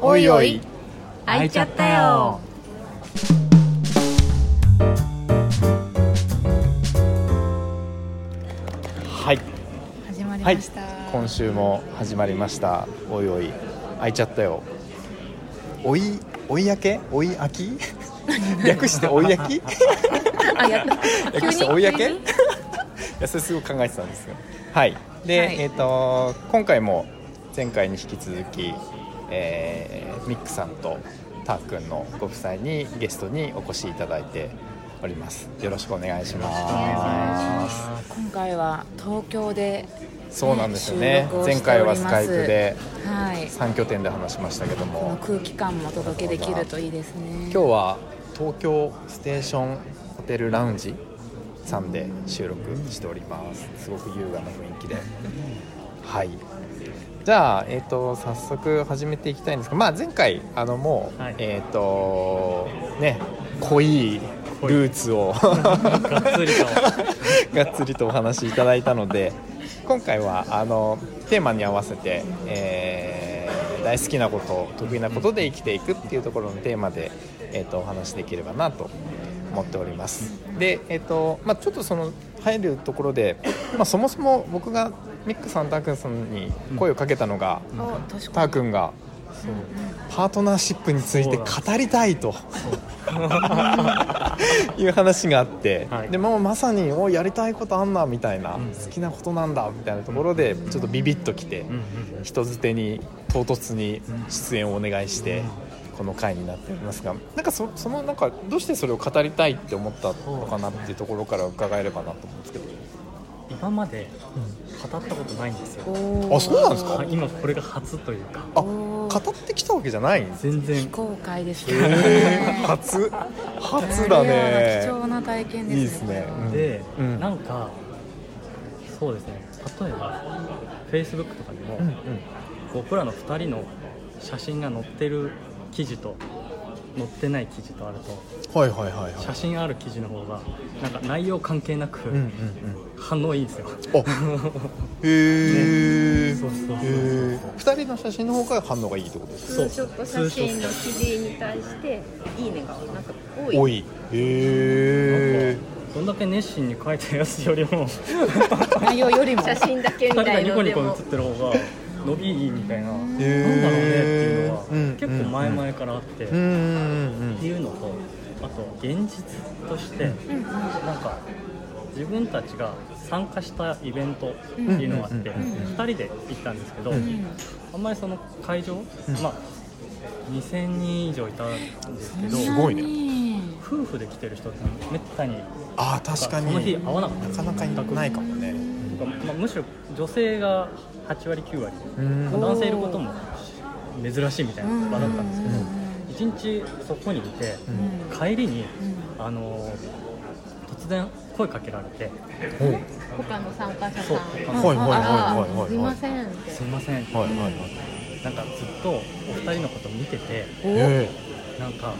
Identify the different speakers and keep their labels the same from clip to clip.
Speaker 1: おいおい
Speaker 2: 開いちゃったよ
Speaker 1: はい
Speaker 2: 始まりま
Speaker 1: はい
Speaker 2: した、
Speaker 1: 今週も始まりましたおいおい開いちゃったよおいおい明けおいあき 略しておいあ き
Speaker 2: あ やった
Speaker 1: 略しておいあけ いやそれすごく考えてたんですよはいで、
Speaker 2: はい
Speaker 1: えっ、と今回も前回に引き続き、えーミックさんとたーくんのご夫妻にゲストにお越しいただいておりますよろしくお願いします
Speaker 2: 今回は東京で
Speaker 1: そうなんですよね
Speaker 2: 収録を
Speaker 1: 前
Speaker 2: しており
Speaker 1: 回
Speaker 2: ま
Speaker 1: は
Speaker 2: す
Speaker 1: スカイプで
Speaker 2: はい
Speaker 1: 3拠点で話しましたけど
Speaker 2: この
Speaker 1: も
Speaker 2: 空気感もお届けできるといいですね
Speaker 1: 今日は東京ステーションホテルラウンジさんで収録しておりますすごく優雅な雰囲気ではいじゃあ、えー、と早速始めていきたいんですけど、まあ、前回あのもう、
Speaker 3: はい
Speaker 1: えっ、とね濃いルーツを
Speaker 3: がっつり と
Speaker 1: がっつりとお話しいただいたので今回はあのテーマに合わせて、えー大好きなこと得意なことで生きていくっていうところのテーマで、えー、とお話しできればなと思っておりますで、えーとまあ、ちょっとその入るところで、まあ、そもそも僕がミックさんたーくんさんに声をかけたのが、
Speaker 2: お確
Speaker 1: た
Speaker 2: か
Speaker 1: ー
Speaker 2: に
Speaker 1: くんがパートナーシップについて語りたいという話があって、
Speaker 3: はい
Speaker 1: でもうまさにおやりたいことあんなみたいな、
Speaker 3: ん
Speaker 1: 好きなことなんだみたいなところでちょっとビビッときて、
Speaker 3: うん
Speaker 1: 人づてに唐突に出演をお願いして。この回になっておりますが、なんかそそのなんかどうしてそれを語りたいって思ったのかなっていうところから伺えればなと思うんですけど、
Speaker 3: うん今まで語ったことないんですよ、
Speaker 2: おー
Speaker 1: あそうなんですか
Speaker 3: あ今これが初というか
Speaker 1: あ
Speaker 2: お
Speaker 1: 語
Speaker 2: ー
Speaker 1: ってきたわけじゃないんです。
Speaker 3: 全然
Speaker 2: 非公開です
Speaker 1: え
Speaker 2: ね
Speaker 1: ー、初初だね。
Speaker 2: 貴重な体験です
Speaker 1: いいですね
Speaker 2: これは
Speaker 3: で、
Speaker 1: うん
Speaker 3: なんかそうですね例えば Facebook とかにも、僕らの2人の写真が載ってる記事と載ってない記事とあると
Speaker 1: はいはいはいは
Speaker 3: 写真ある記事の方がなんか内容関係なく
Speaker 1: い。うんうん
Speaker 3: 反応いいんですよ、
Speaker 1: うん。あ、へえ。
Speaker 3: そうそうそうそう
Speaker 1: へえ二人の写真の方が反応がいいってことです。
Speaker 4: ツーショット写真の記事に対していいねがなんか多い
Speaker 1: 多い。へえ。
Speaker 3: どんだけ熱心に書いたやつより も
Speaker 2: 内容よりも
Speaker 4: 写真だけみ
Speaker 3: 2人
Speaker 4: た
Speaker 3: が
Speaker 4: い
Speaker 3: ニ
Speaker 4: の
Speaker 3: コニ
Speaker 4: で
Speaker 3: コ
Speaker 4: も
Speaker 3: 写ってる方が伸びいいみたいな、なんだろうねっていう
Speaker 1: へ
Speaker 3: のは、
Speaker 1: ー
Speaker 3: 結構前々からあって、
Speaker 1: うんう
Speaker 3: っ
Speaker 1: んうん
Speaker 3: ていうのとあと現実として、なんか自分たちが参加したイベントっていうのがあって、
Speaker 1: うん
Speaker 3: 2人で行ったんですけど、
Speaker 2: うん
Speaker 3: あんまりその会場、まあ2000人以上いたんですけど
Speaker 1: すごいね
Speaker 2: ね
Speaker 3: 夫婦で来てる人ってめったに
Speaker 1: あー確か
Speaker 3: その日
Speaker 1: に。
Speaker 3: 会わなかった
Speaker 1: なかなかいないかもね。
Speaker 3: まあ、むしろ女性が8割9割、
Speaker 1: うん
Speaker 3: まあ男性いることも珍しいみたいな場だったんですけど、一日そこにいて、帰りに、あの突然声かけられて
Speaker 1: おう
Speaker 4: 他の参加者さ
Speaker 3: そうんあ
Speaker 1: はいはいはいはい
Speaker 4: あ
Speaker 1: はいはい。
Speaker 4: すいませんっ
Speaker 3: 「
Speaker 4: て
Speaker 3: すいません」
Speaker 1: はいはいはい。
Speaker 3: なんかずっとお二人のこと見てて
Speaker 1: え
Speaker 3: なんか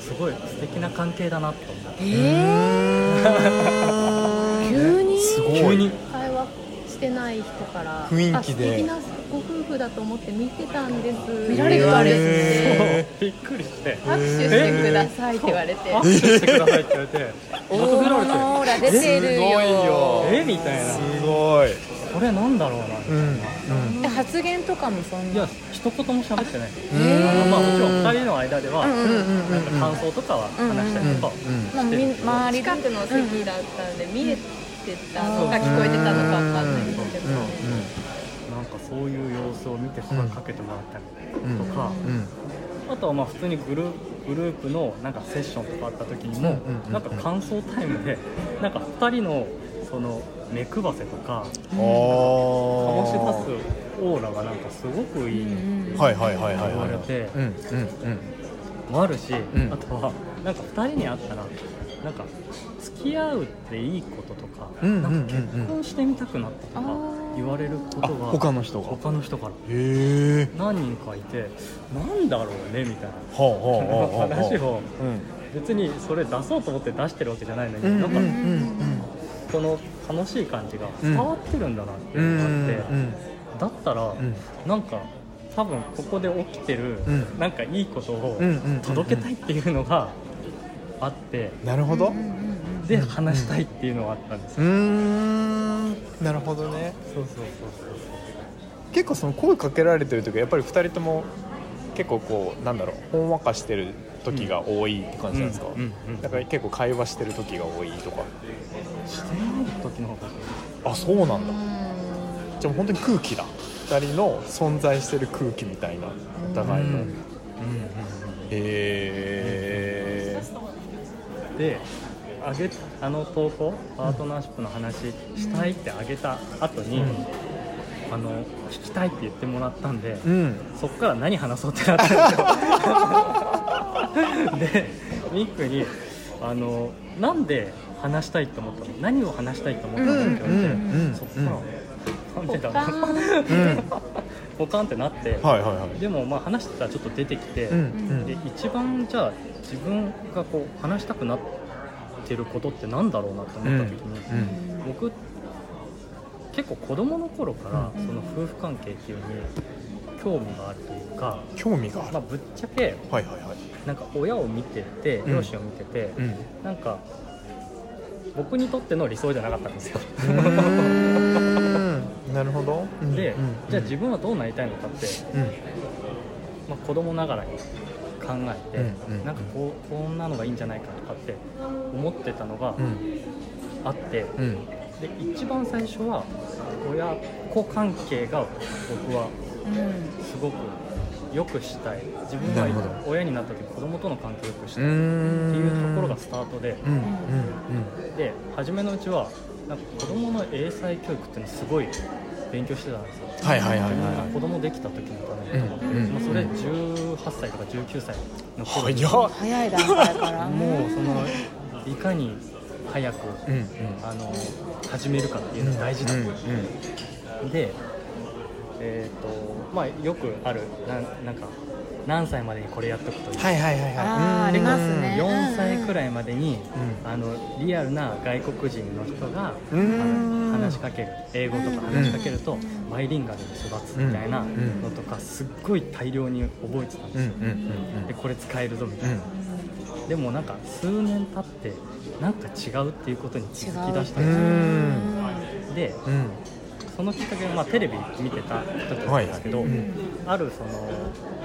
Speaker 3: すごい素敵な関係だなと思って
Speaker 2: えー、急に
Speaker 1: すごい。
Speaker 3: 急に
Speaker 4: 会話してない人から
Speaker 1: 雰囲気で
Speaker 4: あ素敵なご夫婦だと思って見てたんです
Speaker 2: 見られたんです
Speaker 1: へ
Speaker 2: ね
Speaker 1: ー
Speaker 3: びっくりして
Speaker 4: 握手してくださいって言われて
Speaker 3: 握手してくださいって言われて求められて
Speaker 2: のオーラ出てるよ
Speaker 1: すごいよ
Speaker 3: えみたいな
Speaker 1: すごい。
Speaker 3: これなんだろうなみたいな
Speaker 1: うんうん。
Speaker 2: え発言とかもそん
Speaker 3: い
Speaker 2: な
Speaker 3: や一言も喋ってない
Speaker 1: ー
Speaker 3: あのまあもちろん2人の間では、
Speaker 2: うんうんうん
Speaker 3: なんか感想とかは話したりとか
Speaker 2: まあ
Speaker 3: して
Speaker 2: み
Speaker 3: るけど、
Speaker 2: 周り
Speaker 4: 近くの席だったんで見えてたのか聞こえてたのかわかんないですけど
Speaker 3: なんかそういう様子を見て声かけてもらったり
Speaker 1: うん
Speaker 3: とか、
Speaker 1: うんうん。
Speaker 3: あとはまあ普通にグループグループのなんかセッションとかあった時にも、
Speaker 1: うんうんうん
Speaker 3: なんか感想タイムでなんか2人のその目配せとか
Speaker 1: お
Speaker 3: 醸し
Speaker 1: ー
Speaker 3: 出すオーラがなんかすごくいいねっていう
Speaker 1: はいはいはいはい
Speaker 3: 言
Speaker 1: は
Speaker 3: わ
Speaker 1: い
Speaker 3: れて
Speaker 1: うんうんうん
Speaker 3: もあるし、
Speaker 1: ん
Speaker 3: あとはなんか2人に会ったらなんか付き合うっていいこととか,、
Speaker 1: うんうんうんうん
Speaker 3: なんか結婚してみたくなったとか
Speaker 2: あー
Speaker 3: 言われること
Speaker 1: あ
Speaker 3: が
Speaker 1: 他の人が
Speaker 3: 他の人から
Speaker 1: へえ
Speaker 3: 何人かいてなんだろうねみたいな。
Speaker 1: はあはあはあはあ
Speaker 3: 話を
Speaker 1: うん
Speaker 3: 別にそれ出そうと思って出してるわけじゃないのに、
Speaker 1: うん
Speaker 3: な
Speaker 1: うんん
Speaker 3: か
Speaker 1: うん
Speaker 3: この楽しい感じが伝わってるんだなって
Speaker 1: う
Speaker 3: いうのがあっ
Speaker 1: ん
Speaker 3: て、だったら、
Speaker 1: ん
Speaker 3: なんか多分ここで起きてる、
Speaker 1: うん
Speaker 3: なんかいいことを
Speaker 1: うんうんうんうん
Speaker 3: 届けたいっていうのがあって、
Speaker 1: なるほど
Speaker 2: うんうんうん
Speaker 3: で話したいっていうのがあったんです
Speaker 1: うー
Speaker 3: よ、
Speaker 1: んなるほどね
Speaker 3: そうそうそうそう
Speaker 1: 結構その声かけられてる時はやっぱり2人とも結構こうなんだろうほんわかしてる時が多いって感じなんですか、
Speaker 3: うんうんうん
Speaker 1: だから結構会話してる時が多いとか
Speaker 3: してない時の方が
Speaker 1: あそうなんだ
Speaker 2: うん
Speaker 1: じゃあもう本当に空気だ2人の存在してる空気みたいなお互いの、
Speaker 3: う
Speaker 1: へ
Speaker 3: ん
Speaker 1: え
Speaker 3: であげあの投稿パートナーシップの話したいってあげた後に、あの聞きたいって言ってもらったんで、
Speaker 1: うん
Speaker 3: そっから何話そうってなったんですよ でミックにあの「なんで話したいと思ったの何を話したいと思ったの?」って言われて、
Speaker 1: うんうんうん
Speaker 3: そっから「なんでだ
Speaker 2: ポカ
Speaker 3: ろう?
Speaker 2: ーン
Speaker 1: うん」
Speaker 3: ポカンってなって、
Speaker 1: はいはいはい
Speaker 3: でもまあ話してたらちょっと出てきて、
Speaker 1: うん
Speaker 2: ん
Speaker 1: う
Speaker 3: で
Speaker 1: ん
Speaker 3: 一番じゃあ自分がこう話したくなってることってなんだろうなと
Speaker 1: う
Speaker 3: 思
Speaker 1: ん
Speaker 3: った時に、
Speaker 1: うん
Speaker 3: 僕結構子供の頃から
Speaker 2: うん
Speaker 3: その夫婦関係っていうのに興味があるというか、
Speaker 1: 興味がある
Speaker 3: まあ、ぶっちゃけ
Speaker 1: はいはいはい
Speaker 3: なんか親を見てて
Speaker 1: うん
Speaker 3: 両親を見てて、
Speaker 1: うん
Speaker 3: なんか僕にとっての理想じゃなかったんですよ。
Speaker 1: うーんなるほど
Speaker 3: で、
Speaker 1: うんうん
Speaker 3: じゃあ自分はどうなりたいのかって、
Speaker 1: うん
Speaker 3: まあ、子供ながらに考えて、
Speaker 1: うんうん
Speaker 3: なんかこうこんなのがいいんじゃないかとかって思ってたのが
Speaker 1: うん
Speaker 3: あって、
Speaker 1: うん
Speaker 3: で一番最初は親子関係が僕はすごく良くしたい自分
Speaker 1: なるほ
Speaker 3: は親になった時子供との関係を良くしたいっていうところがスタートで
Speaker 1: うんうん
Speaker 3: で初めのうちはなんか子供の英才教育っていうのすごい勉強してたんですよ
Speaker 1: はいはいはいはい
Speaker 3: なんか子供できた時のためにと思って、
Speaker 1: うんうん
Speaker 3: まあ、それ18歳とか19歳の頃に
Speaker 1: 早っ
Speaker 2: 早い段階から
Speaker 3: もうそのいかに早く、
Speaker 1: うんうん
Speaker 3: あの始めるかっていうのが大事だと、で、えーとまあ、よくあるなんなんか何歳までにこれやっとくという、
Speaker 1: はいはいはいはい
Speaker 2: あーありますね
Speaker 3: 4歳くらいまでに、
Speaker 1: うん
Speaker 3: あのリアルな外国人の人が、
Speaker 1: うん
Speaker 3: あの話しかける英語とか話しかけると、バイリンガルに育つみたいな
Speaker 1: うん
Speaker 3: のとかすっごい大量に覚えてたん
Speaker 1: う
Speaker 3: で
Speaker 1: ん
Speaker 3: す
Speaker 1: うん
Speaker 3: よ、
Speaker 1: うん
Speaker 3: でこれ使えるぞみた
Speaker 1: う
Speaker 3: い
Speaker 1: ん
Speaker 3: な、でもなんか数年経ってなんか違うっていうことに気づきだしたん
Speaker 1: う
Speaker 3: で
Speaker 1: ん
Speaker 3: すよで
Speaker 1: うん
Speaker 3: そのきっかけが、まあ、テレビ見てた時なんですけど、
Speaker 1: はいはいうん
Speaker 3: あるそ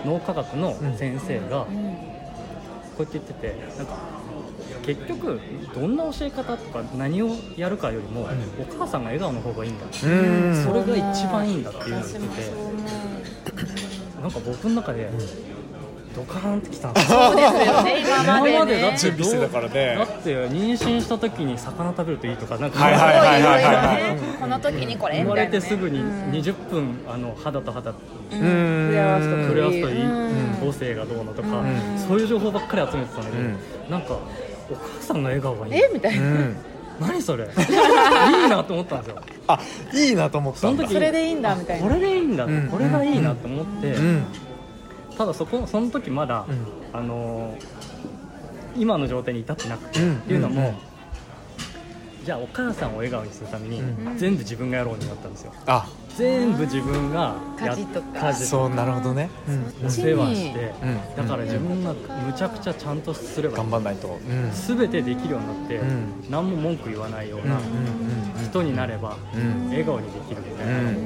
Speaker 3: の脳科学の先生がこ
Speaker 2: うん
Speaker 3: うやって言っててなんか結局どんな教え方とか何をやるかよりも、お母さんが笑顔の方がいいんだ、
Speaker 1: うん
Speaker 3: それが一番いいんだっていうのを言ってて
Speaker 2: 私もそう思う
Speaker 3: なんか僕の中でドカーンってきたんですよ
Speaker 2: そうですよね今までね
Speaker 3: 今までだって
Speaker 1: 準備してたから
Speaker 3: だ
Speaker 1: ね
Speaker 3: って妊娠した時に魚食べるといいとかなんか、
Speaker 1: はいはいはいはいはい
Speaker 2: そういろいろねこの時にこれ
Speaker 3: 生まれてすぐに
Speaker 2: み
Speaker 3: 20分あの肌と肌触
Speaker 2: たいなね
Speaker 1: うん
Speaker 2: 触れ合わせとく
Speaker 3: れ合わせたり
Speaker 2: うん
Speaker 3: 母性がどうのとか、
Speaker 1: うん
Speaker 3: そういう情報ばっかり集めてたのに、
Speaker 1: うん
Speaker 3: なんかお母さんの笑顔がいい
Speaker 2: えみたいうなん
Speaker 3: 何それいいなと思ったんですよ
Speaker 1: あいいなと思ったんだ
Speaker 3: その時
Speaker 2: それでいいんだみたい
Speaker 3: こ
Speaker 2: な
Speaker 3: れでいいんだ、
Speaker 1: うん
Speaker 3: これがいいなと思って、
Speaker 1: うん
Speaker 3: ただそこその時まだ、
Speaker 1: うん
Speaker 3: あのー今の状態に至ってなくて、
Speaker 1: うん
Speaker 3: っていうのも、
Speaker 1: うん
Speaker 3: じゃあお母さんを笑顔にするために、
Speaker 1: う
Speaker 3: 全部自分がやろうになったんですよ
Speaker 1: あ
Speaker 3: 全部自分がや
Speaker 2: 家事とか
Speaker 3: 家事
Speaker 1: そうなるほどねうん
Speaker 3: お世話して、
Speaker 1: うん
Speaker 3: だから自分がむちゃくちゃちゃんとすれば
Speaker 1: 頑張んないとうん
Speaker 3: 全てできるようになって、
Speaker 1: うん
Speaker 3: 何も文句言わないよう
Speaker 1: うん
Speaker 3: な
Speaker 1: うん
Speaker 3: 人になれば、
Speaker 1: うん
Speaker 3: 笑顔にできるみたいな、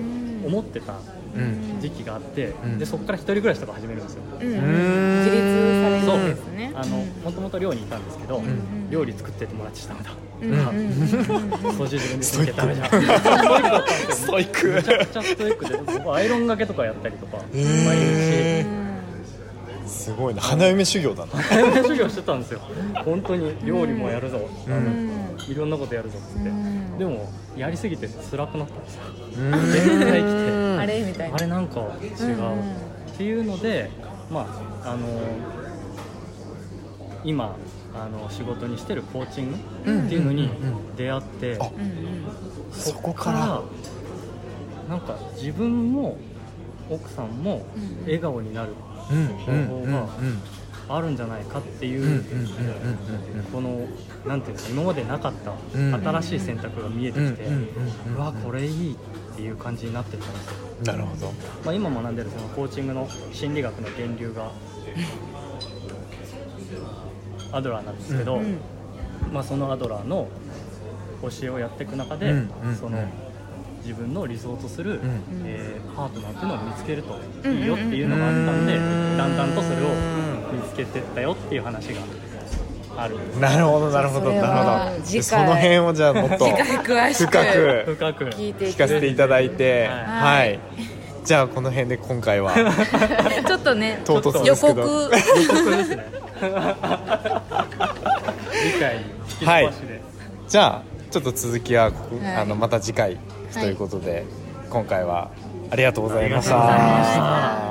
Speaker 3: 思ってた
Speaker 1: うん
Speaker 3: 時期があって、
Speaker 1: ん
Speaker 3: でそこから一人暮らしとか始めるんですよ、
Speaker 2: うん
Speaker 1: う
Speaker 2: うん
Speaker 1: ん
Speaker 2: 自立され
Speaker 3: そう
Speaker 2: るんですね
Speaker 3: あのもともと寮にいたんですけど、
Speaker 1: ん
Speaker 3: 料理作って友達したんだ、
Speaker 2: うんうんうん
Speaker 3: 掃除自分でしなきゃダメじゃん
Speaker 1: ストイック
Speaker 3: めちゃくちゃストイックで 僕アイロンがけとかやったりとか毎
Speaker 1: へ
Speaker 3: 日
Speaker 1: すごいな花嫁修行だな
Speaker 3: 大変な修行してたんですよ本当に料理もやるぞ、
Speaker 1: うん
Speaker 3: いろんなことやるぞっつって、
Speaker 2: うん
Speaker 3: でもやりすぎて辛くなったんですよ
Speaker 1: うん
Speaker 3: 絶対来
Speaker 2: あれみたい
Speaker 3: あ
Speaker 2: な
Speaker 3: れなんか違う、
Speaker 2: うんうん
Speaker 3: っていうのでまああの今あの仕事にしてるコーチングっていうのに出会って、
Speaker 2: う
Speaker 1: あ
Speaker 2: んうん
Speaker 1: そこから
Speaker 3: なんか自分も奥さんも
Speaker 2: うん
Speaker 3: 笑顔になる
Speaker 1: うんうんうんうん
Speaker 3: あるんじゃないかっていう
Speaker 1: うんうん
Speaker 3: うこのなんていうんですか今までなかった
Speaker 1: うん
Speaker 3: 新しい選択が見えて
Speaker 1: うんうんうん
Speaker 3: きて
Speaker 1: うんうん
Speaker 3: うわこれいいっていう感じになってったんですよ、
Speaker 1: なるほど
Speaker 3: まあ、今学んでるそのコーチングの心理学の源流がアドラーなんですけど、
Speaker 2: うん
Speaker 3: まあ、そのアドラーの教えをやっていく中で、
Speaker 1: うんうん
Speaker 3: その
Speaker 1: うん
Speaker 3: 自分の理想とする、
Speaker 1: ん
Speaker 3: えーパートナーっていうのを見つけるといいよっていうのがあったんで、
Speaker 1: うんうんうん
Speaker 3: だんだんとそれを見つけてったよっていう話があるんです
Speaker 1: なるほどなるほ
Speaker 2: そ
Speaker 1: ど
Speaker 2: れは
Speaker 1: なるほ
Speaker 2: 次
Speaker 1: ど
Speaker 2: 回
Speaker 1: その辺をじゃあもっと
Speaker 4: 詳しく
Speaker 1: 深く
Speaker 3: 深く
Speaker 2: 聞いてい
Speaker 1: 聞
Speaker 2: き
Speaker 1: かせていただいては、
Speaker 2: はい
Speaker 1: じゃあこの辺で今回は
Speaker 2: ちょっとね
Speaker 1: 唐突で
Speaker 2: 予
Speaker 1: すけ
Speaker 2: 告
Speaker 1: ど
Speaker 3: 予告ですね理解に引き伸ばしで、
Speaker 1: じゃあちょっと続きはここ、
Speaker 2: はい
Speaker 1: あのまた次回ということで、今回はありがとうございまし。
Speaker 3: ありがとうございました
Speaker 2: た